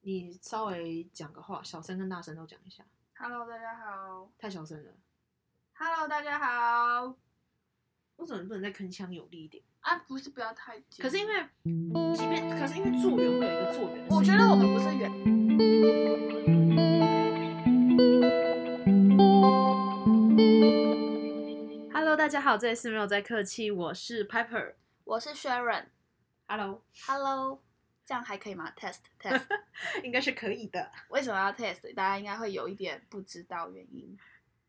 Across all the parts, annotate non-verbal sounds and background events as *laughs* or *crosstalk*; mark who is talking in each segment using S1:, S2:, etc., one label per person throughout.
S1: 你稍微讲个话，小声跟大声都讲一下，
S2: Hello，大家好。
S1: 太小声了。
S2: Hello，大家好。
S1: 为什么你不能再铿锵有力一点？
S2: 啊，不是，不要太急。
S1: 可是因为，即便可是因为做人会有一个做人的事情，
S2: 我觉得我们不是远。
S1: Hello，大家好，这里是没有在客气，我是 Piper。
S2: 我是 Sharon。
S1: Hello，
S2: Hello，这样还可以吗？Test test，
S1: *laughs*
S2: *laughs*
S1: 应该是可以的。
S2: 为什么要 test？大家应该会有一点不知道原因。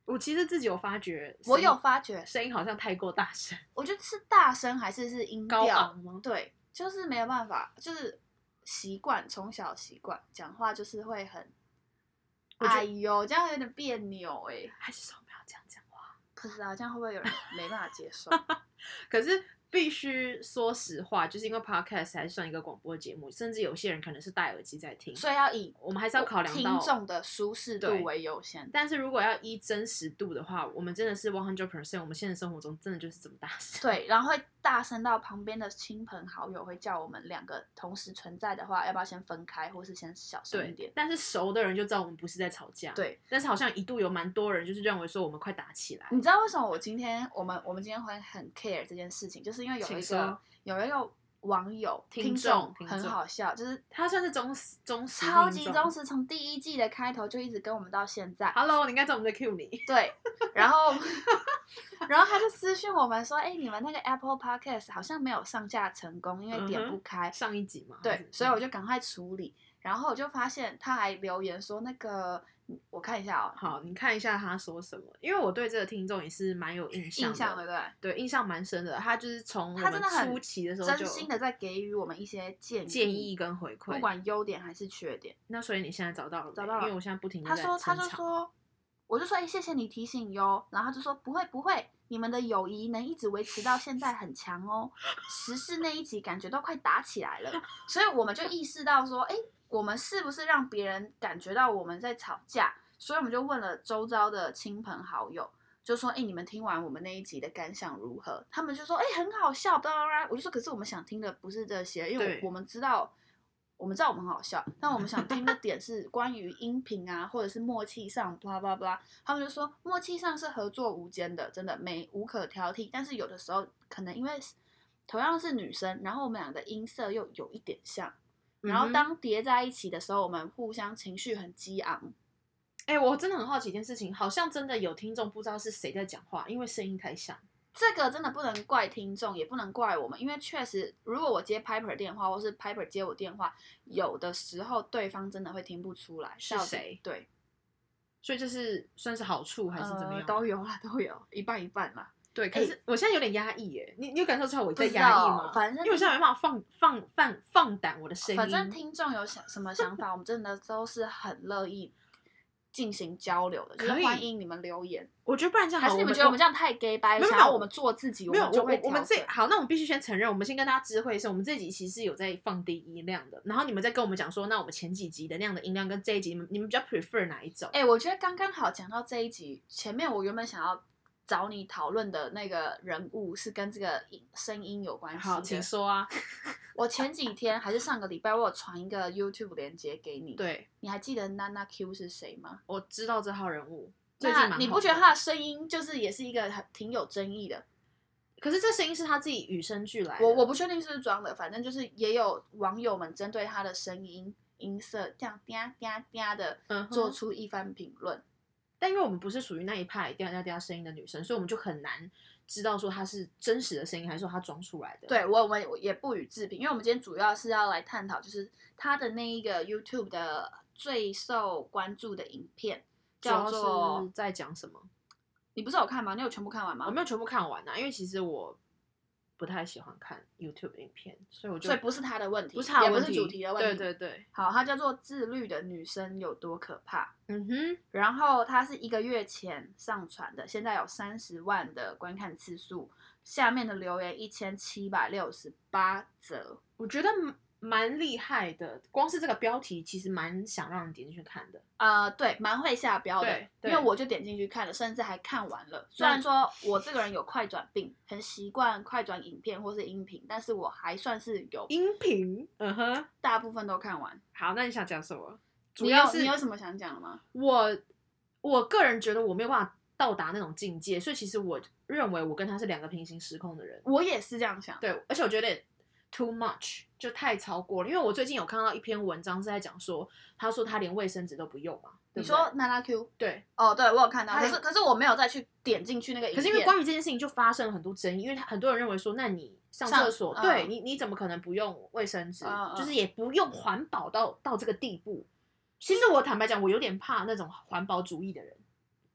S1: 我其实自己有发觉，
S2: 我有发觉，
S1: 声音好像太过大声，
S2: 我觉得是大声还是是音
S1: 高
S2: 调？
S1: 昂吗？
S2: 对，就是没有办法，就是习惯，从小习惯讲话就是会很。
S1: 我觉得
S2: 哎呦，这样有点别扭哎、
S1: 还是说我们要这样讲话？
S2: 不知道这样会不会有人没办法接受？ *laughs*
S1: 可是必须说实话，就是因为 Podcast 还算一个广播节目，甚至有些人可能是戴耳机在听，
S2: 所以要以
S1: 我们还是要考量
S2: 听
S1: 到
S2: 众的舒适
S1: 对
S2: 度为优先。
S1: 但是如果要依真实度的话，我们真的是 one hundred percent，我们现实生活中真的就是这么大声。
S2: *laughs* 对，然后会大声到旁边的亲朋好友会叫我们两个同时存在的话，要不要先分开，或是先小声一点？
S1: 但是熟的人就知道我们不是在吵架。，
S2: 对，
S1: 但是好像一度有蛮多人就是认为说我们快打起来。
S2: 你知道为什么我今天我们我们今天会很 care 这件事情，就是因为有
S1: 请
S2: 一
S1: 说
S2: 个有一个网友
S1: 听众
S2: 众
S1: 听
S2: 很
S1: 众
S2: 好笑，就是
S1: 他算是忠实忠实
S2: 超级
S1: 听
S2: 忠实，从第一季的开头就一直跟我们到现在。
S1: Hello，你应该知道我们在 cue 你。
S2: 对，然后 *laughs* 然后他就私讯我们说，哎、你们那个 Apple Podcast 好像没有上架成功，因为点
S1: 嗯
S2: 不
S1: 哼
S2: 开。
S1: 上一集嘛。还
S2: 对
S1: 是，
S2: 所以我就赶快处理。然后我就发现他还留言说那个，我看一下哦，
S1: 好，你看一下他说什么，因为我对这个听众也是蛮有印象
S2: 印象对不对？
S1: 对，印象蛮深的。他就是从我
S2: 他
S1: 们
S2: 真的很
S1: 初期的时候就
S2: 真心的在给予我们一些建议，
S1: 建议跟回馈
S2: 不。管优点还是缺点。
S1: 那所以你现在找到了没？
S2: 找到了
S1: 因为我现在不停地
S2: 他
S1: 在
S2: 说，他
S1: 争
S2: 就
S1: 吵
S2: 说，我就说，哎、谢谢你提醒哟。然后他就说，不会不会，你们的友谊能一直维持到现在很强哦。时事那一集感觉都快打起来了，所以我们就意识到说，哎、我们是不是让别人感觉到我们在吵架？所以我们就问了周遭的亲朋好友。就说，哎、你们听完我们那一集的感想如何？他们就说，哎、很好笑，巴拉巴拉。我就说，可是我们想听的不是这些，因为
S1: 对
S2: 我我们知道，我们知道我们很好笑，但我们想听的点是关于音频啊，或者是默契上，巴拉巴拉巴拉。他们就说，默契上是合作无间的，真的没无可挑剔。但是有的时候可能因为同样是女生，然后我们俩的音色又有一点像，然
S1: 嗯
S2: 后
S1: 哼
S2: 当叠在一起的时候，我们互相情绪很激昂。
S1: 哎、我真的很好奇一件事情，好像真的有听众不知道是谁在讲话，因为声音太像。
S2: 这个真的不能怪听众，也不能怪我们，因为确实，如果我接 Piper 电话，或是 Piper 接我电话，有的时候对方真的会听不出来
S1: 是
S2: 到底
S1: 谁
S2: 对，
S1: 所以这是算是好处还是怎么样？
S2: 呃都有啦，都有，一半一半啦。
S1: 对，可是我现在有点压抑耶，你你有感受出来我在
S2: 不知
S1: 压抑
S2: 道
S1: 吗？
S2: 反正
S1: 因为我现在没办法放放放放胆我的声音。
S2: 反正听众有想什么想法，我们真的都是很乐意进行交流的，就是
S1: 可以
S2: 欢迎你们留言。
S1: 我觉得不然这样好，
S2: 还是你们觉得我们这样太 gay 掰，
S1: 没有
S2: 想
S1: 没有
S2: 要我们做自己，
S1: 没有
S2: 们就
S1: 我
S2: 会
S1: 我我们
S2: 调整
S1: 这好，那我们必须先承认，我们先跟大家知会一声，我们这集其实有在放低音量的，然后你们再跟我们讲说，那我们前几集的那样的音量跟这一集，你们你们比较 prefer 哪一种？
S2: 哎、我觉得刚刚好讲到这一集，前面我原本想要找你讨论的那个人物是跟这个音声音有关系
S1: 好，请
S2: 哎的。
S1: 说啊。
S2: 我前几天还是上个礼拜，我有传一个 YouTube 链接给你。，
S1: 对，
S2: 你还记得 Nana Q 是谁吗？
S1: 我知道这号人物，最近
S2: 那
S1: 蛮
S2: 你
S1: 红
S2: 不觉得
S1: 的
S2: 他的声音就是也是一个很挺有争议的？
S1: 可是这声音是他自己与生俱来的。
S2: 我我不确定是不是装的，反正就是也有网友们针对他的声音音色这样嗲嗲嗲的
S1: 嗯哼
S2: 做出一番评论。
S1: 但因为我们不是属于那一派嗲嗲嗲声音的女生，所以我们就很难知道说她是真实的声音，还是说她装出来的。，
S2: 对我，我们也不予置评，因为我们今天主要是要来探讨，就是他的那一个 YouTube 的最受关注的影片，
S1: 主要
S2: 叫做
S1: 是在讲什么？
S2: 你不是有看吗？你有全部看完吗？
S1: 我没有全部看完啊，因为其实我不太喜欢看 YouTube 影片，所以我就
S2: 所以不是他的问题，
S1: 不是她的
S2: 也不
S1: 问
S2: 是主题的问题。
S1: 对对对，
S2: 好，它叫做《自律的女生有多可怕》，
S1: 嗯哼，
S2: 然后它是一个月前上传的，现在有三十万的观看次数，下面的留言一千七百六十八则。
S1: 我觉得蛮厉害的，光是这个标题其实蛮想让人点进去看的。
S2: 呃，对，蛮会下标的
S1: 对，
S2: 因
S1: 对
S2: 为我就点进去看了，甚至还看完了。虽然说我这个人有快转病，很习惯快转影片或是音频，但是我还算是有
S1: 音频，嗯哼，
S2: 大部分都看完。
S1: 好，那你想讲什么？主
S2: 你
S1: 要
S2: 有
S1: 是
S2: 你有什么想讲的吗？
S1: 我我个人觉得我没有办法到达那种境界，所以其实我认为我跟他是两个平行时空的人。
S2: 我也是这样想。
S1: 对，而且我觉得有点 too much 就太超过了，因为我最近有看到一篇文章是在讲说，他说他连卫生纸都不用嘛，对不
S2: 你
S1: 对
S2: 说娜拉 Q
S1: 对，
S2: 哦，对我有看到，
S1: 他
S2: 可是可是我没有再去点进去那个影
S1: 可
S2: 片。
S1: 是因为关于这件事情就发生了很多争议，因为他很多人认为说，那你上
S2: 上
S1: 厕所，
S2: 嗯
S1: 对你你怎么可能不用卫生纸，
S2: 嗯嗯
S1: 就是也不用环保到到这个地步。其实我坦白讲，我有点怕那种环保主义的人。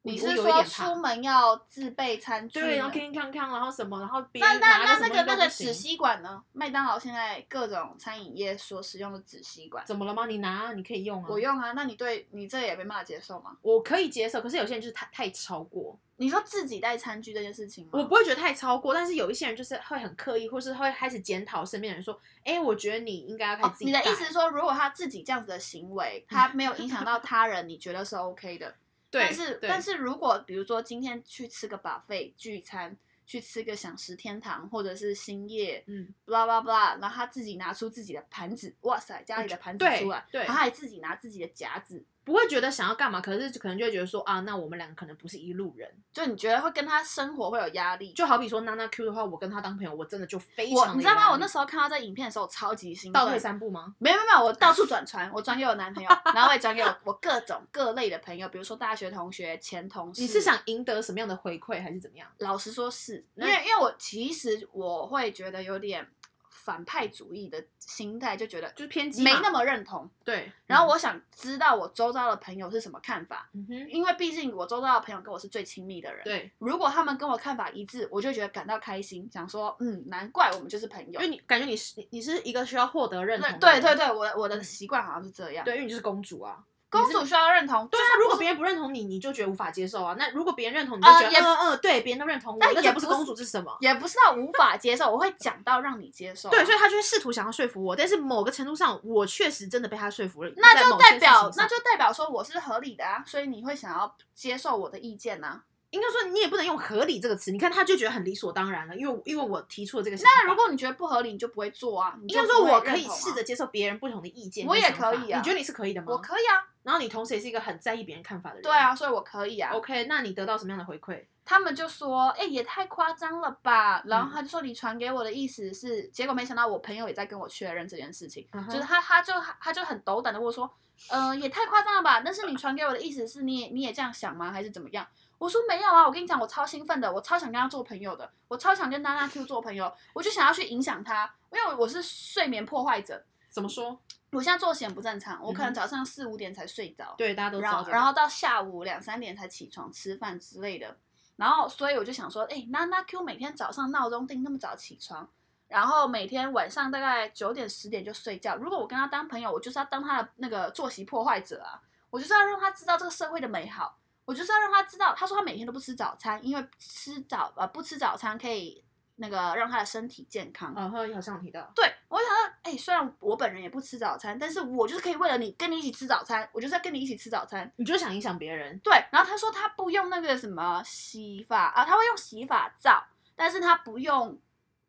S1: 我
S2: 你
S1: 我
S2: 是
S1: 有一点
S2: 说
S1: 怕
S2: 出门要自备餐具的？
S1: 对，然后健康康，然后什么，然后别
S2: 那
S1: 人
S2: 那
S1: 拿
S2: 那
S1: 什么
S2: 那
S1: 东西
S2: 个那
S1: 都
S2: 个
S1: 不行
S2: 纸吸管呢？麦当劳现在各种餐饮业所使用的纸吸管，
S1: 怎么了吗？你拿啊，你可以用啊。
S2: 我，用啊。那你对你这也被骂接受吗？
S1: 我可以接受，可是有些人就是太太超过，
S2: 你说自己带餐具这件事情吗？哦
S1: 我不会觉得太超过，但是有一些人就是会很刻意，或是会开始检讨身边的人说，哎、我觉得你应该要开始
S2: 哦，
S1: 自己
S2: 你
S1: 带、
S2: 的意思是说，如果他自己这样子的行为，他没有影响到他人，你觉得是 OK 的？
S1: *laughs* 对，
S2: 但是
S1: 对
S2: 但是如果比如说今天去吃个 buffet 聚餐，去吃个享食天堂或者是星夜
S1: 嗯，
S2: blah blah blah，然后他自己拿出自己的盘子，哇塞，家里的盘子
S1: 对
S2: 出来，
S1: 对
S2: 然后他还自己拿自己的夹子，
S1: 不会觉得想要干嘛，可是可能就会觉得说啊，那我们两个可能不是一路人。
S2: 就你觉得会跟他生活会有压力？
S1: 就好比说娜娜 Q 的话，我跟她当朋友，我真的就非
S2: 我
S1: 常
S2: 你
S1: 的
S2: 知道
S1: 压
S2: 吗？
S1: 力
S2: 我那时候看到这影片的时候，我超级兴奋。
S1: 倒退三步吗？
S2: 没有没有没有，我到处转传，我转给我男朋友，然后我也转给我我各种各类的朋友，比如说大学同学、前同事。
S1: 你是想赢得什么样的回馈，还是怎么样？
S2: 老实说是，因
S1: 那
S2: 为因为我其实我会觉得有点反派主义的心态，就觉得
S1: 就是偏激
S2: 没
S1: 嘛嗯
S2: 那么认同。
S1: 对。
S2: 然后我想知道我周遭的朋友是什么看法，
S1: 嗯，嗯哼，
S2: 因为毕竟我周遭的朋友跟我是最亲密的人。
S1: 对，
S2: 如果他们跟我看法一致，我就觉得感到开心，想说，嗯，难怪我们就是朋
S1: 因
S2: 友
S1: 为。你感觉你是你你是一个需要获得认同
S2: 那
S1: 的
S2: 对
S1: 人，
S2: 对对，我的我的习惯好像是这样。
S1: 对，因为你就是公主啊。
S2: 公主需要认同，
S1: 对
S2: 就
S1: 啊，
S2: 算
S1: 如果
S2: 不是
S1: 别人不认同你，你就觉得无法接受啊。那如果别人认同，你就
S2: 啊
S1: 觉得
S2: 也
S1: 嗯嗯嗯，对，别人都认同我，
S2: 但
S1: 那
S2: 也
S1: 才不是
S2: 不是
S1: 公主是什么？
S2: 也不是到无法接受，我会讲到让你接受啊。
S1: 对，所以他就会试图想要说服我，但是某个程度上，我确实真的被他说服了。
S2: 那
S1: 在
S2: 就
S1: 某些
S2: 代表
S1: 事情，上
S2: 那就代表说我是合理的啊，所以你会想要接受我的意见啊呐、
S1: 应该说你也不能用合理这个词，你看他就觉得很理所当然了，因为我因为我提出了这个想法。
S2: 那如果你觉得不合理，你就不会做啊。你
S1: 应
S2: 就
S1: 该
S2: 不
S1: 说
S2: 会
S1: 我
S2: 认
S1: 可以
S2: 同啊
S1: 试着，接受别人不同的意见
S2: 我
S1: 跟
S2: 也
S1: 想法，
S2: 可以啊
S1: 你觉得你是可以的吗？
S2: 我可以啊，
S1: 然后你同时也是一个很在意别人看法的人。
S2: 对啊，所以我可以啊。
S1: ，OK，那你得到什么样的回馈？
S2: 他们就说，哎、也太夸张了
S1: 嗯
S2: 吧。然后他就说，你传给我的意思是，结果没想到我朋友也在跟我确认这件事情，
S1: 嗯哼
S2: 就是他他就他就很斗胆的问我说，呃，也太夸张了吧。但是你传给我的意思是你也你也这样想吗？还是怎么样？我说没有啊，我跟你讲，我超兴奋的，我超想跟他做朋友的，我超想跟娜娜 Q 做朋友，我就想要去影响他，因为我是睡眠破坏者，
S1: 怎么说？
S2: 我现在作息很不正常，我
S1: 嗯
S2: 可能
S1: 哼
S2: 早上四五点才睡着，
S1: 对，大家都知
S2: 然
S1: 道
S2: 后
S1: 这个。
S2: 然后到下午两三点才起床吃饭之类的。然后所以我就想说，哎，那那 Q 每天早上闹钟定那么早起床，然后每天晚上大概九点十点就睡觉。如果我跟他当朋友，我就是要当他的那个作息破坏者啊，我就是要让他知道这个社会的美好。我就是要让他知道，他说他每天都不吃早餐，因为吃早呃不吃早餐可以那个让他的身体健康。
S1: 嗯哼，好像有提到，
S2: 对，我想到，哎、虽然我本人也不吃早餐，但是我就是可以为了你跟你一起吃早餐，我就是要跟你一起吃早餐。
S1: 你就想影响别人，
S2: 对，然后他说他不用那个什么洗发啊，他会用洗发皂，但是他不用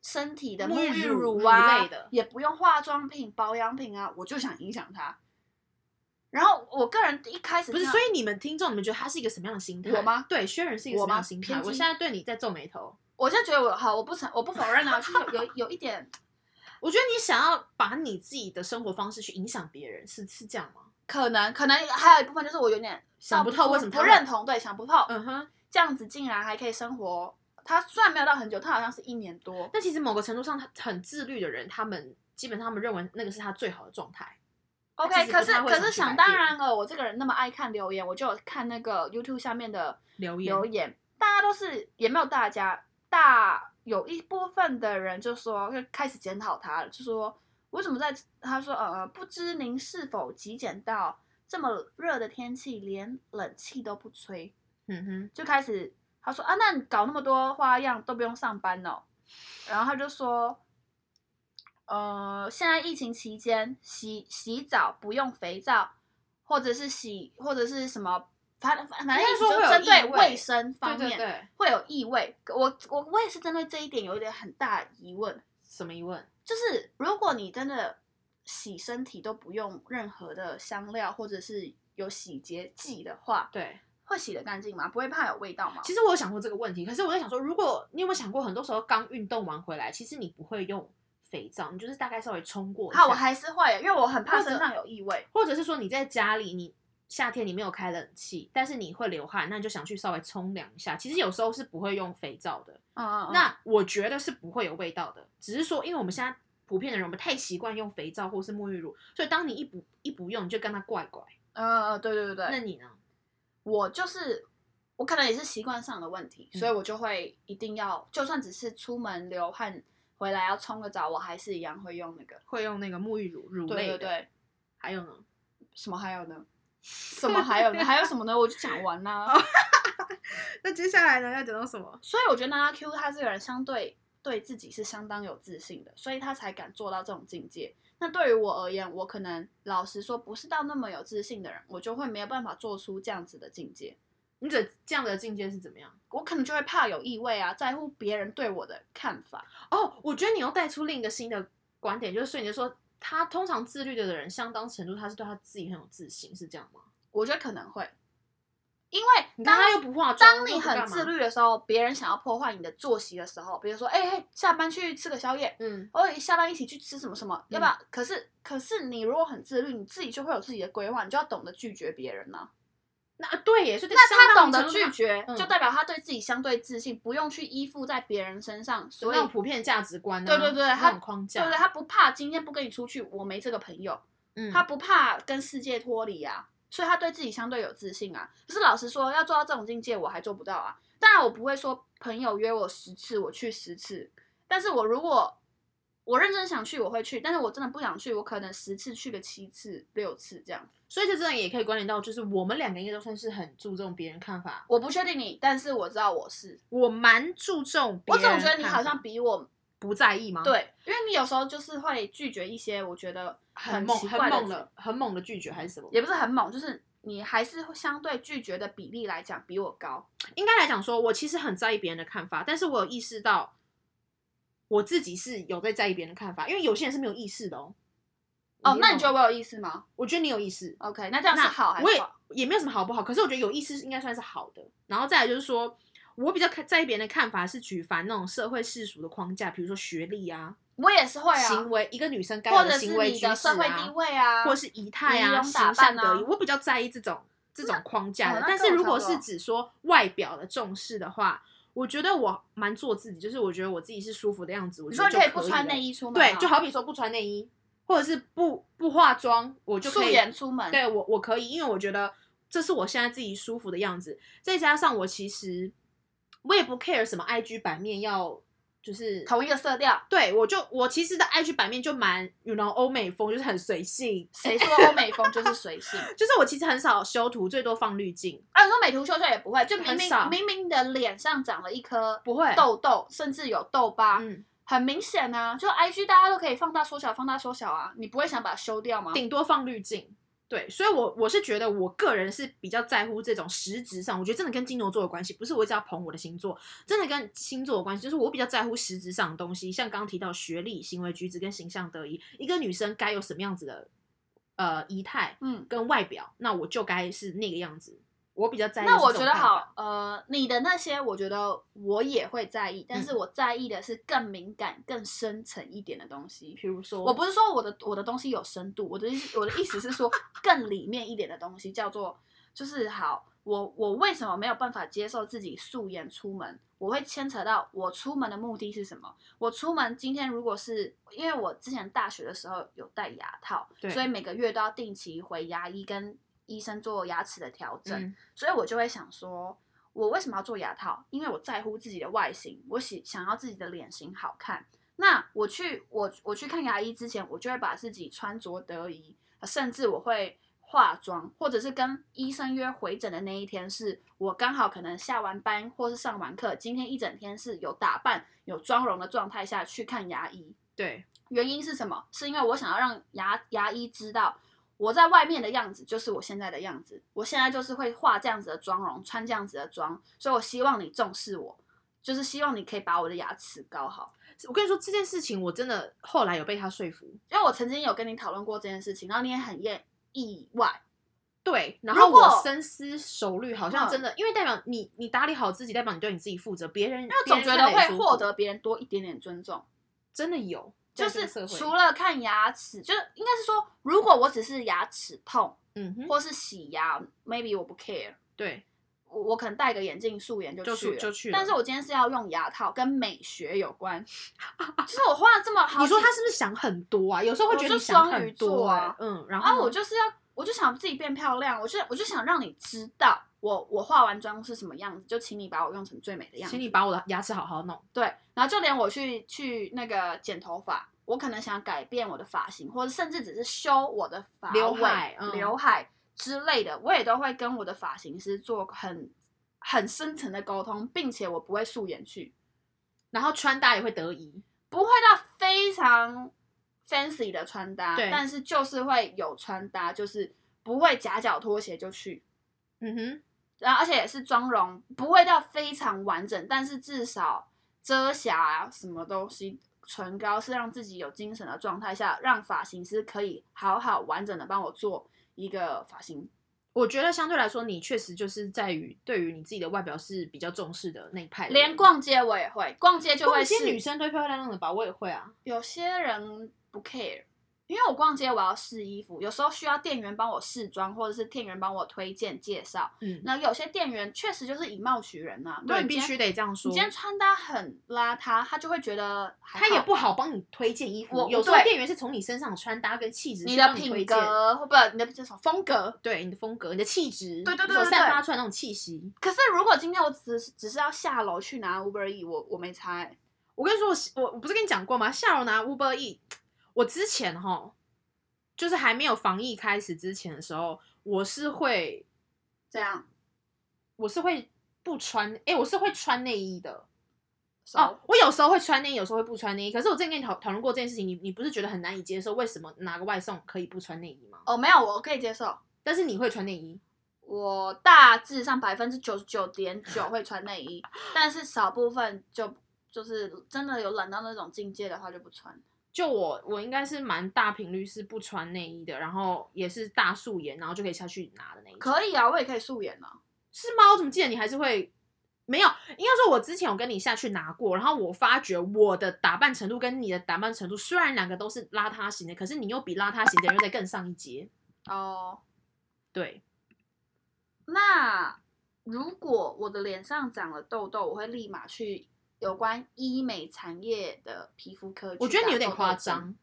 S2: 身体的
S1: 沐
S2: 沐
S1: 浴
S2: 浴
S1: 乳
S2: 乳啊
S1: 乳类的
S2: 也不用化妆品、保养品啊，我就想影响他。然后我个人一开始
S1: 不是？
S2: 听到
S1: 所以你们听众，你们觉得他是一个什么样的心态？
S2: 我吗
S1: 对，薛仁是一个
S2: 我
S1: 什么样
S2: 吗
S1: 的心态？
S2: 偏
S1: 我
S2: 激
S1: 现在对你在皱眉头。
S2: 我就觉得我好，我不承我不否认啊，就是有有有一点，
S1: 我觉得你想要把你自己的生活方式去影响别人，是是这样吗？
S2: 可能可能还有一部分就是我有点
S1: 想不透为什么他
S2: 不
S1: 会
S2: 认同，对，想不透，
S1: 嗯哼。
S2: 这样子竟然还可以生活。他虽然没有到很久，他好像是一年多，
S1: 但其实某个程度上，他很自律的人，他们基本上他们认为那个是他最好的状态。他
S2: OK，
S1: 其实
S2: 可
S1: 不
S2: 是
S1: 太会
S2: 可
S1: 想
S2: 是
S1: 去
S2: 想
S1: 改
S2: 当
S1: 变
S2: 然了，我这个人那么爱看留言，我就有看那个 YouTube 下面的
S1: 留言
S2: 留言，大家都是也没有大家大有一部分的人就说就开始检讨他了，就说我怎么在他说呃不知您是否极简到这么热的天气连冷气都不吹，
S1: 嗯哼，
S2: 就开始他说啊，那你搞那么多花样都不用上班哦。然后他就说，呃，现在疫情期间洗洗澡不用肥皂，或者是洗或者是什么，反正反正
S1: 应该
S2: 意思
S1: 说
S2: 就
S1: 会有
S2: 针对
S1: 异味
S2: 卫生方
S1: 对对
S2: 面
S1: 对，
S2: 会有异味。我我我也是针对这一点有一点很大的疑问，
S1: 什么疑问？
S2: 就是如果你真的洗身体都不用任何的香料或者是有洗洁剂的话，
S1: 对，
S2: 会洗得干净吗？不会怕有味道吗？
S1: 其实我有想过这个问题，可是我在想说，如果你有没有想过，很多时候刚运动完回来，其实你不会用肥皂，你就是大概稍微冲过一下，
S2: 啊，我还是会，因为我很怕
S1: 或者
S2: 身上有异味。
S1: 或者是说你在家里，你夏天你没有开冷气，但是你会流汗，那你就想去稍微冲凉一下。其实有时候是不会用肥皂的，
S2: 嗯嗯嗯
S1: 那我觉得是不会有味道的，只是说因为我们现在普遍的人，我们太习惯用肥皂或是沐浴乳，所以当你一不一不用，你就跟它怪怪。
S2: 嗯嗯，对对对对。
S1: 那你呢？
S2: 我就是我可能也是习惯上的问题，
S1: 嗯
S2: 所以我就会一定要，就算只是出门流汗回来要冲个澡，我还是一样会用那个。
S1: 会用那个沐浴乳乳
S2: 对
S1: 类
S2: 对
S1: 的，
S2: 对，
S1: 还有呢？
S2: 什么还有 *laughs* 呢？什么还有呢？还有什么呢？我就讲完 *laughs* 啦。
S1: 那接下来呢要讲到什么？
S2: 所以我觉得娜娜 Q 她这个人相对对自己是相当有自信的，所以她才敢做到这种境界。那对于我而言，我可能老实说不是到那么有自信的人，我就会没有办法做出这样子的境界。
S1: 你觉得这样的境界是怎么样？
S2: 我可能就会怕有异味啊，在乎别人对我的看法。
S1: 哦，我觉得你又带出另一个新的观点，就是所以你就说他通常自律的人，相当程度他是对他自己很有自信，是这样吗？
S2: 我觉得可能会，因
S1: 你看
S2: 为当
S1: 他又不化妆，
S2: 当
S1: 又
S2: 你
S1: 不干
S2: 很
S1: 嘛
S2: 自，律的时候，别人想要破坏你的作息的时候，比如说，哎、嘿，下班去吃个宵夜，
S1: 嗯，
S2: 哦，下班一起去吃什么什么，要不
S1: 嗯
S2: 要？可是可是你如果很自律，你自己就会有自己的规划，你就要懂得拒绝别人呢、
S1: 那啊对耶，所以在
S2: 那
S1: 相
S2: 他
S1: 当
S2: 懂得
S1: 程度
S2: 拒
S1: 上
S2: 绝，
S1: 嗯
S2: 就代表他对自己相对自信，不用去依附在别人身上，所以
S1: 那种普遍价值观啊，
S2: 对对对他
S1: 那种框
S2: 对
S1: 架，
S2: 不对？他不怕今天不跟你出去，我没这个朋友，
S1: 嗯，
S2: 他不怕跟世界脱离啊，所以他对自己相对有自信啊。可是老实说，要做到这种境界，我还做不到啊。当然，我不会说朋友约我十次，我去十次。但是我如果我认真想去，我会去；但是我真的不想去，我可能十次去个七次、六次这样。
S1: 所以这真的也可以关联到，就是我们两个应该都算是很注重别人看法，
S2: 我不确定你，但是我知道我是。
S1: 我蛮注重别
S2: 我
S1: 人看
S2: 总
S1: 法，啊
S2: 觉得你好像比我
S1: 不在意吗？，
S2: 对，因为你有时候就是会拒绝一些我觉得
S1: 很猛
S2: 奇
S1: 很
S2: 怪
S1: 猛
S2: 的
S1: 的很猛的拒绝还是什么？
S2: 也不是很猛，就是你还是相对拒绝的比例来讲比我高。
S1: 应该来讲说，我其实很在意别人的看法，但是我有意识到我自己是有在在意别人的看法，因为有些人是没有意识的哦。
S2: 哦，那你
S1: 就
S2: 觉得我有意思吗？
S1: 我觉得你有意识，
S2: OK，那这样是
S1: 那
S2: 好还
S1: 我
S2: 是
S1: 也
S2: 不好？
S1: 也没有什么好不好，可是我觉得有意识应该算是好的。然后再来就是说，我比较看在意别人的看法是举凡那种社会世俗的框架，比如说学历啊、
S2: 我也是会
S1: 行
S2: 啊，
S1: 为，一个女生该有
S2: 或者
S1: 行
S2: 是
S1: 为
S2: 你
S1: 举
S2: 的
S1: 止
S2: 社会地
S1: 啊，
S2: 位啊，
S1: 或是仪态
S2: 仪
S1: 啊、
S2: 容打
S1: 形
S2: 扮
S1: 象
S2: 啊
S1: 得宜，我比较在意这种这种框架
S2: 哦
S1: 的。
S2: 那
S1: 但
S2: 跟
S1: 是
S2: 我
S1: 如
S2: 差
S1: 果
S2: 不
S1: 是
S2: 多
S1: 指说外表的重视的话，我觉得我蛮做自己，就是我觉得我自己是舒服的样子，我
S2: 你
S1: 觉得
S2: 说你
S1: 就
S2: 可以不穿
S1: 了
S2: 内衣出门啊吗，
S1: 对，就好比说不穿内衣，或者是不不化妆，我就
S2: 素
S1: 可以
S2: 颜出门。
S1: 对我我可以，因为我觉得这是我现在自己舒服的样子。再加上我其实我也不 care 什么 IG 版面要就是
S2: 同一个
S1: *laughs*
S2: 色调，
S1: 对我就我其实的 IG 版面就蛮 you know 欧美风，就是很随性。
S2: 谁说欧美风就是随性？
S1: 就是我其实很少修图，最多放滤镜，
S2: 啊，你说美图秀秀也不会，就明
S1: 很
S2: 明
S1: 少
S2: 明明你的脸上长了一颗
S1: 不会。
S2: 痘痘，甚至有痘疤，
S1: 嗯，
S2: 很明显啊。就 IG 大家都可以放大缩小，放大缩小啊，你不会想把它修掉吗？
S1: 顶多放滤镜。对，所以我，我是觉得我个人是比较在乎这种实质上，我觉得真的跟金牛座有关系，不是我一直要捧我的星座，真的跟星座有关系，就是我比较在乎实质上的东西，像刚刚提到学历、行为举止跟形象得宜，一个女生该有什么样子的呃仪态
S2: 嗯，
S1: 跟外表，那我就该是那个样子，我比较在意。
S2: 那我觉得，好，呃，你的那些我觉得我也会在意，但
S1: 嗯
S2: 是我在意的是更敏感、更深层一点的东西。
S1: 比如说，嗯
S2: 我不是说我的我的东西有深度，我的意思我的意思是说更里面一点的东西，叫做就是好，我我为什么没有办法接受自己素颜出门？我会牵扯到我出门的目的是什么？我出门今天如果是因为我之前大学的时候有戴牙套，
S1: 对
S2: 所以每个月都要定期回牙医跟医生做牙齿的调整。
S1: 嗯
S2: 所以我就会想说，我为什么要做牙套？因为我在乎自己的外形，我喜想要自己的脸型好看。那我去我我去看牙医之前，我就会把自己穿着得宜，呃甚至我会化妆，或者是跟医生约回诊的那一天是，我刚好可能下完班或是上完课，今天一整天是有打扮、有妆容的状态下去看牙医。
S1: 对，
S2: 原因是什么？是因为我想要让牙牙医知道我在外面的样子就是我现在的样子，我现在就是会化这样子的妆容，穿这样子的妆，所以我希望你重视我，就是希望你可以把我的牙齿搞好。
S1: 我跟你说这件事情，我真的后来有被他说服。
S2: 因为我曾经有跟你讨论过这件事情，然后你也很厌意外，
S1: 对，然
S2: 如
S1: 后我
S2: 果嗯
S1: 深思熟虑，好像真的，因为代表你你打理好自己，代表你对你自己负责，别人因
S2: 因为总觉得会获得别人多一点点尊重。
S1: 真的有，
S2: 就
S1: 在这
S2: 是
S1: 个社会
S2: 除了看牙齿，就是应该是说，如果我只是牙齿痛
S1: 嗯哼，
S2: 或是洗牙，maybe 我不 care，
S1: 对，
S2: 我我可能戴个眼镜素颜就
S1: 就
S2: 去
S1: 去就去了
S2: 但是我今天是要用牙套，跟美学有关， *laughs* 就是我花了这么好几，
S1: 你说他是不是想很多啊？有时候会觉得
S2: 我
S1: 你
S2: 就
S1: 想
S2: 双鱼
S1: 很多
S2: 座啊
S1: 欸嗯，然
S2: 啊，
S1: 后
S2: 我
S1: 呢
S2: 就是要，我就想自己变漂亮，我就我就想让你知道我我化完妆是什么样子，就请你把我用成最美的样子
S1: 请。你把我的牙齿好好弄。
S2: 对，然后就连我去去那个剪头发，我可能想改变我的发型，或者甚至只是修我的发
S1: 刘
S2: 尾
S1: 海嗯
S2: 刘海之类的，我也都会跟我的发型师做很很深层的沟通，并且我不会素颜去，
S1: 然后穿搭也会得宜，
S2: 不会到非常 fancy 的穿搭，
S1: 对
S2: 但是就是会有穿搭，就是不会夹脚拖鞋就去。
S1: 嗯哼，
S2: 然后而且也是妆容不会到非常完整，但是至少遮瑕啊什么东西，唇膏是让自己有精神的状态下，让发型师可以好好完整的帮我做一个发型。
S1: 我觉得相对来说，你确实就是在于对于你自己的外表是比较重视的那一派的人。
S2: 连逛街我也会，逛街就
S1: 逛
S2: 会
S1: 街
S2: 试
S1: 女生都漂漂亮亮的吧，我也会啊。
S2: 有些人不 care，因为我逛街我要试衣服，有时候需要店员帮我试妆，或者是店员帮我推荐介绍。
S1: 嗯，
S2: 那有些店员确实就是以貌取人呐、啊，
S1: 对，必须
S2: 得。
S1: 得这样说
S2: 你今。天穿搭很邋遢，他就会觉得还
S1: 他也
S2: 好
S1: 不好帮你推荐衣服，
S2: 我
S1: 有时候
S2: 对
S1: 店员是从你身上穿搭跟气质去
S2: 你的
S1: 帮推
S2: 品
S1: 荐，
S2: 格或不你的叫什么风格。
S1: 对你的风格、你的气质，
S2: 对对对
S1: 所
S2: 对
S1: 散
S2: 对
S1: 发出来那种气息。
S2: 可是如果今天我只是只是要下楼去拿 Uber E，我我没猜、欸。
S1: 我跟你说，我是我我不是跟你讲过吗？下楼拿 Uber E，我之前哈，就是还没有防疫开始之前的时候，我是会
S2: 这样
S1: 我是会不穿，哎、我是会穿内衣的。哦
S2: 哦，，
S1: 我有时候会穿内衣，有时候会不穿内衣。可是我之前跟你讨讨论过这件事情，你你不是觉得很难以接受？为什么拿个外送可以不穿内衣吗？
S2: 哦，没有，我可以接受。
S1: 但是你会穿内衣，
S2: 我大致上百分之九十九点九会穿内衣，但是少部分就就是真的有懒到那种境界的话就不穿。
S1: 就我我应该是蛮大频率是不穿内衣的，然后也是大素颜，然后就可以下去拿的那一种。
S2: 可以啊，我也可以素颜啊。
S1: 是吗？我怎么记得你还是会没有？应该说，我之前有跟你下去拿过，然后我发觉我的打扮程度跟你的打扮程度，虽然两个都是邋遢型的，可是你又比邋遢型的人又再更上一阶。
S2: 哦，
S1: 对，
S2: 那如果我的脸上长了痘痘，我会立马去有关医美产业的皮肤科去打痘痘
S1: 我
S2: 针。
S1: 觉得你有点夸张。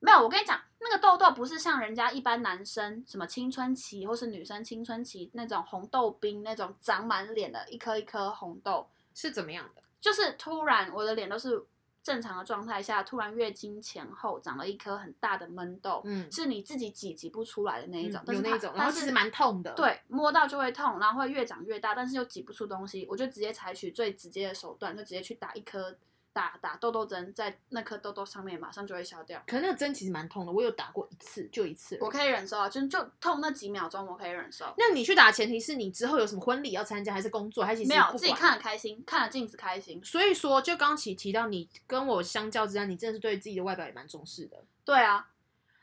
S2: 没有，我跟你讲，那个痘痘不是像人家一般男生什么青春期或是女生青春期那种红豆冰那种长满脸的一颗一颗红痘，
S1: 是怎么样的？
S2: 就是突然我的脸都是正常的状态下，突然月经前后长了一颗很大的闷痘，
S1: 嗯，
S2: 是你自己挤挤不出来的那一种，
S1: 嗯
S2: 但
S1: 有
S2: 是
S1: 那
S2: 它
S1: 种，然
S2: 但
S1: 后
S2: 是
S1: 其实蛮痛的。，
S2: 对，摸到就会痛，然后会越长越大，但是又挤不出东西，我就直接采取最直接的手段，就直接去打一颗打打痘痘针，在那颗痘痘上面马上就会消掉。
S1: 可是那个针其实蛮痛的，我有打过一次，就一次而已。
S2: 我可以忍受啊，就就痛那几秒钟，我可以忍受。
S1: 那你去打，前提是你之后有什么婚礼要参加，还是工作，还是其实
S2: 没有
S1: 不管
S2: 自己看得开心，看了镜子开心。
S1: 所以说，就刚其提到，你跟我相较之下，你真的是对自己的外表也蛮重视的。
S2: 对啊，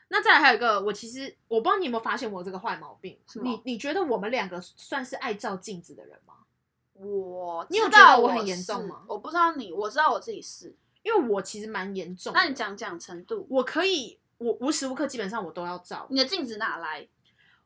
S1: 那再来还有一个，我其实我不知道你有没有发现我有这个坏毛病。
S2: 什么
S1: 你你觉得我们两个算是爱照镜子的人吗？
S2: 我
S1: 你有
S2: 知
S1: 觉得
S2: 道
S1: 我
S2: 我
S1: 很严重
S2: 是
S1: 吗
S2: 我不知道你，我知道我自己是。
S1: 因为我其实蛮严重的。
S2: 那你讲讲程度，
S1: 我可以，我无时无刻基本上我都要照。
S2: 你的镜子哪来？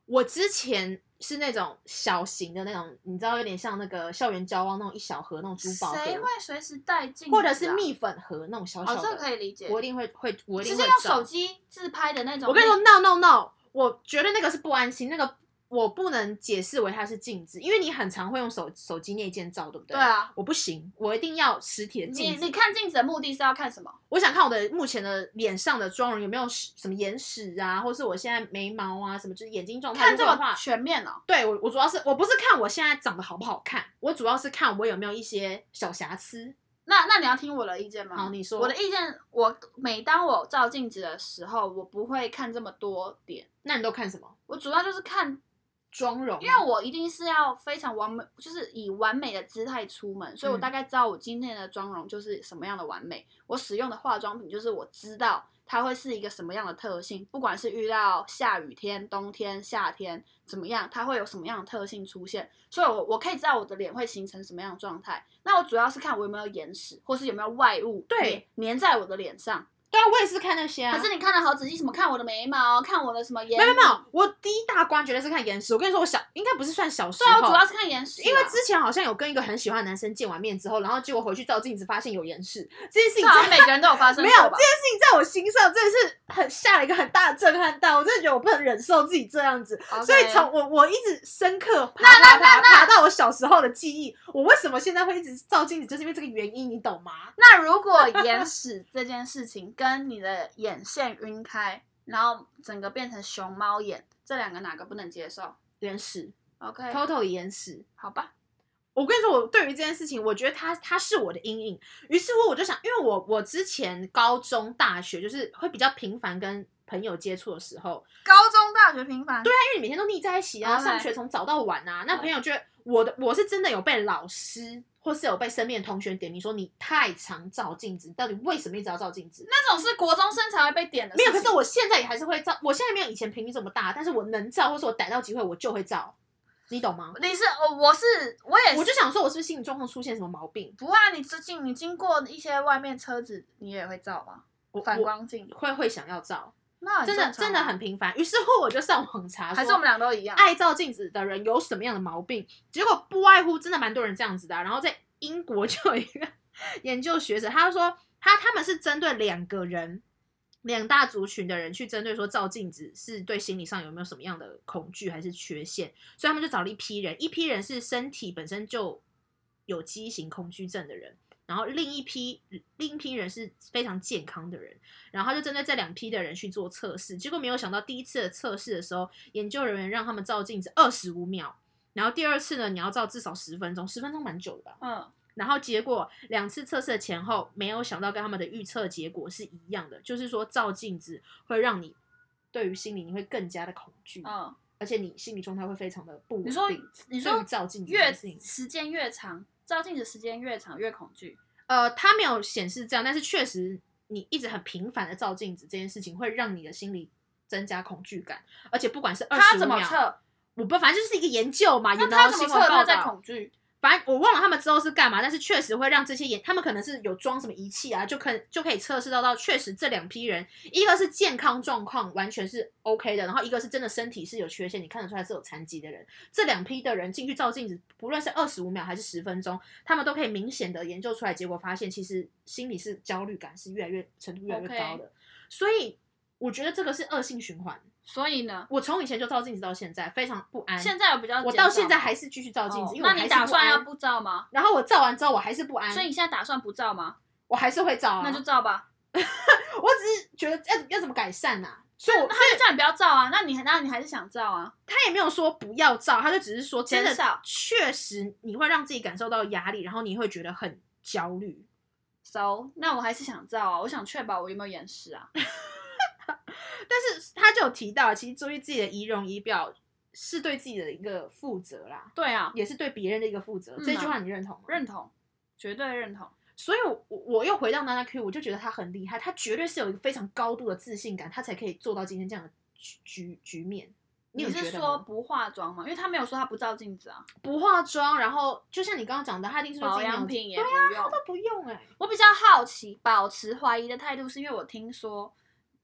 S1: 我之前是那种小型的那种，你知道，有点像那个校园交往那种一小盒那种珠宝盒，
S2: 谁会随时带镜子、啊？
S1: 或者是蜜粉盒那种小小
S2: 哦，
S1: 的，
S2: 这个可以理解。
S1: 我一定会会，我一
S2: 直
S1: 定
S2: 接
S1: 会
S2: 用
S1: 照
S2: 手机自拍的那种。
S1: 我跟你说，no no no，我觉得那个是不安心，那个我不能解释为它是镜子，因为你很常会用手手机内建照，对不对？
S2: 对啊，
S1: 我不行，我一定要实体的
S2: 你
S1: 镜子
S2: 你。看镜子的目的是要看什么？
S1: 我想看我的目前的脸上的妆容有没有什什么眼屎啊，或是我现在眉毛啊，什么就是眼睛状态。
S2: 看
S1: 如
S2: 这
S1: 果的
S2: 么
S1: 话，
S2: 全面哦。
S1: 对我我主要是我不是看我现在长得好不好看，我主要是看我有没有一些小瑕疵。
S2: 那那你要听我的意见吗？
S1: 好你说
S2: 我的意见，我每当我照镜子的时候，我不会看这么多点，
S1: 那你都看什么？
S2: 我主要就是看，
S1: 妆容吗？
S2: 因为我一定是要非常完美，就是以完美的姿态出门，所以我
S1: 嗯大
S2: 大概知道我今天的妆容就是什么样的完美，我使用的化妆品就是我知道它会是一个什么样的特性，不管是遇到下雨天、冬天、夏天怎么样，它会有什么样的特性出现，所以我我可以知道我的脸会形成什么样的状态。那我主要是看我有没有眼屎，或是有没有外物
S1: 对
S2: 粘粘在我的脸上。
S1: 对啊，我也是看那些啊。
S2: 可是你看的好仔细，什么看我的眉毛，看我的什么眼，
S1: 没有没有没有，我第一大关绝对是看眼屎。我跟你说，我小应该不是算小时
S2: 对啊，
S1: 候，
S2: 我主要是看眼屎啊、
S1: 因为之前好像有跟一个很喜欢的男生见完面之后，然后结果回去照镜子发现有眼屎，这件事情
S2: 这好像
S1: 在
S2: 每个人都有发生
S1: *laughs* 没有
S2: 过
S1: 这
S2: 啊吧
S1: 件？事情在我心上真的是很下了一个很大的震撼弹，我真的觉得我不能忍受自己这样子
S2: OK
S1: 所以从我我一直深刻爬爬
S2: 那那
S1: 爬
S2: 那
S1: 爬到我小时候的记忆，我为什么现在会一直照镜子，就是因为这个原因，你懂吗？
S2: 那如果眼屎这件事情跟你的眼线晕开，然后整个变成熊猫眼，这两个哪个不能接受
S1: 眼屎
S2: ？OK，
S1: ，total 眼屎。
S2: 好吧，
S1: 我跟你说，我对于这件事情，我觉得它它是我的阴影。于是乎，我就想，因为我我之前高中、大学就是会比较频繁跟朋友接触的时候，
S2: 高中、大学频繁，对，
S1: 但因为你每天都腻在一起啊，
S2: OK
S1: 上学从早到晚啊，那朋友就会我的我是真的有被老师或是有被身边的同学点名说你太常照镜子，你到底为什么一直要照镜子？
S2: 那种是国中生才会被点的事
S1: 没有，
S2: 情，
S1: 可是我现在也还是会照，我现在没有以前频率这么大，但是我能照，或是我逮到机会我就会照，你懂吗？
S2: 你是我，我是我也是
S1: 我就想说，我是不是心理状况出现什么毛病？
S2: 不啊，你最近你经过一些外面车子，你也会照吗？
S1: 我
S2: 反
S1: 我
S2: 光镜，
S1: 会会想要照。
S2: 那很哎
S1: 真的
S2: 正常啊
S1: 真的很频繁。于是乎，我就上网查说，
S2: 还是我们俩都一样。
S1: 爱照镜子的人有什么样的毛病？结果不外乎真的蛮多人这样子的啊、然后在英国就有一个 *laughs* 研究学者，他就说他他们是针对两个人。两大族群的人去针对说照镜子是对心理上有没有什么样的恐惧还是缺陷，所以他们就找了一批人，一批人是身体本身就有畸形恐惧症的人，然后另一批另一批人是非常健康的人，然后就针对这两批的人去做测试，结果没有想到第一次的测试的时候，研究人员让他们照镜子二十五秒，然后第二次呢，你要照至少十分钟，十分钟蛮久的吧。
S2: 嗯，
S1: 然后结果两次测试的前后，没有想到跟他们的预测结果是一样的，就是说照镜子会让你对于心理你会更加的恐惧，
S2: 嗯，
S1: 而且你心理状态会非常的不稳定。
S2: 你说你
S1: 对
S2: 说
S1: 于照镜子这
S2: 越
S1: 件事情，
S2: 时间越长，照镜子时间越长越恐惧。
S1: 呃，它没有显示这样，但是确实你一直很频繁的照镜子这件事情，会让你的心理增加恐惧感，而且不管是二
S2: 他
S1: 十
S2: 怎么
S1: 秒，
S2: 测？
S1: 我不反正就是一个研究嘛，
S2: 那
S1: 有
S2: 他
S1: 他
S2: 怎
S1: 新
S2: 么
S1: 闻
S2: 测
S1: 报
S2: 他在
S1: 道，
S2: 恐惧？
S1: 反正我忘了他们之后是干嘛，但是确实会让这些研，他们可能是有装什么仪器啊，就可就可以测试到到确实这两批人，一个是健康状况完全是 OK 的，然后一个是真的身体是有缺陷，你看得出来是有残疾的人，这两批的人进去照镜子，不论是二十五秒还是十分钟，他们都可以明显的研究出来，结果发现其实心理是焦虑感是越来越程度越来越
S2: OK
S1: 高的所以我觉得这个是恶性循环。
S2: 所以呢，
S1: 我从以前就照镜子到现在，非常不安。
S2: 现在有比较
S1: 我
S2: 减少
S1: 到现在
S2: 吗
S1: 还是继续照镜子，
S2: 哦
S1: 因为我
S2: 那
S1: 还是
S2: 你打算要
S1: 不安？
S2: 不照吗？
S1: 然后我照完之后我还是不安，
S2: 所以你现在打算不照吗？
S1: 我还是会照啊。
S2: 那就照吧。
S1: 我只是觉得要要怎么改善呐、所以我
S2: 那他就叫你不要照啊，那你那你还是想照啊？
S1: 他也没有说不要照，他就只是说真的
S2: 减少
S1: 确实你会让自己感受到压力，然后你会觉得很焦虑。
S2: So，那我还是想照啊，我想确保我有没有眼屎啊。
S1: 但是他就有提到，其实注意自己的仪容仪表是对自己的一个负责啦，
S2: 对啊，
S1: 也是对别人的一个负责。
S2: 嗯啊
S1: 这句话你认同吗？
S2: 认同，绝对认同。
S1: 所以我，我我又回到娜娜 Q，我就觉得她很厉害，她绝对是有一个非常高度的自信感，她才可以做到今天这样的局局局面。有觉
S2: 是
S1: 得
S2: 说
S1: 吗
S2: 不化妆吗？因为他没有说他不照镜子啊，
S1: 不化妆，然后就像你刚刚讲的，她一定是说自
S2: 保
S1: 己没有
S2: 养品也
S1: 对
S2: 不
S1: 啊，
S2: 用。
S1: 她都不用哎、
S2: 我比较好奇，保持怀疑的态度，是因为我听说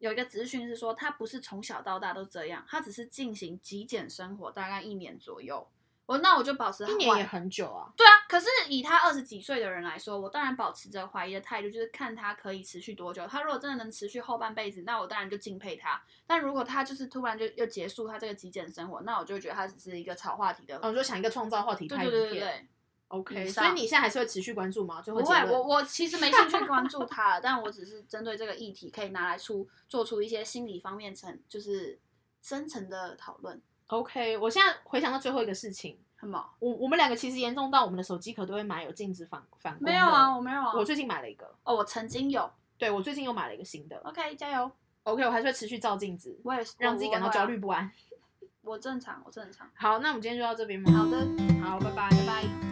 S2: 有一个资讯是说，他不是从小到大都这样，他只是进行极简生活大概一年左右。我那我就保持
S1: 一年
S2: 怀
S1: 也很久啊。
S2: 对啊，可是以他二十几岁的人来说，我当然保持着怀疑的态度，就是看他可以持续多久。他如果真的能持续后半辈子，那我当然就敬佩他。但如果他就是突然就又结束他这个极简生活，那我就觉得他只是一个炒话题的。
S1: 哦，你就想一个创造话题
S2: 对
S1: 拍
S2: 对
S1: 影
S2: 对
S1: 片
S2: 对对，
S1: ，OK。
S2: 以
S1: 所
S2: 上
S1: 以你现在还是会持续关注吗？最后
S2: 不
S1: 结
S2: 会，
S1: 论，
S2: 我我其实没兴趣关注他， *laughs* 但我只是针对这个议题可以拿来出做出一些心理方面层就是深层的讨论。
S1: OK。我现在回想到最后一个事情，
S2: 什么？
S1: 我我们两个其实严重到我们的手机壳都会买有镜子反反光的
S2: 没有啊，，我没有啊。
S1: 我最近买了一个，
S2: 哦，我曾经有。
S1: 对我最近又买了一个新的。
S2: OK，加油！
S1: OK，我还是会持续照镜子，
S2: 哦我也啊是，
S1: 让自己感到焦虑
S2: 我。
S1: 不安。
S2: 我我正常，我正常。
S1: 好，那我们今天就到这边嘛。
S2: 好的，
S1: 好，拜拜，
S2: 拜拜。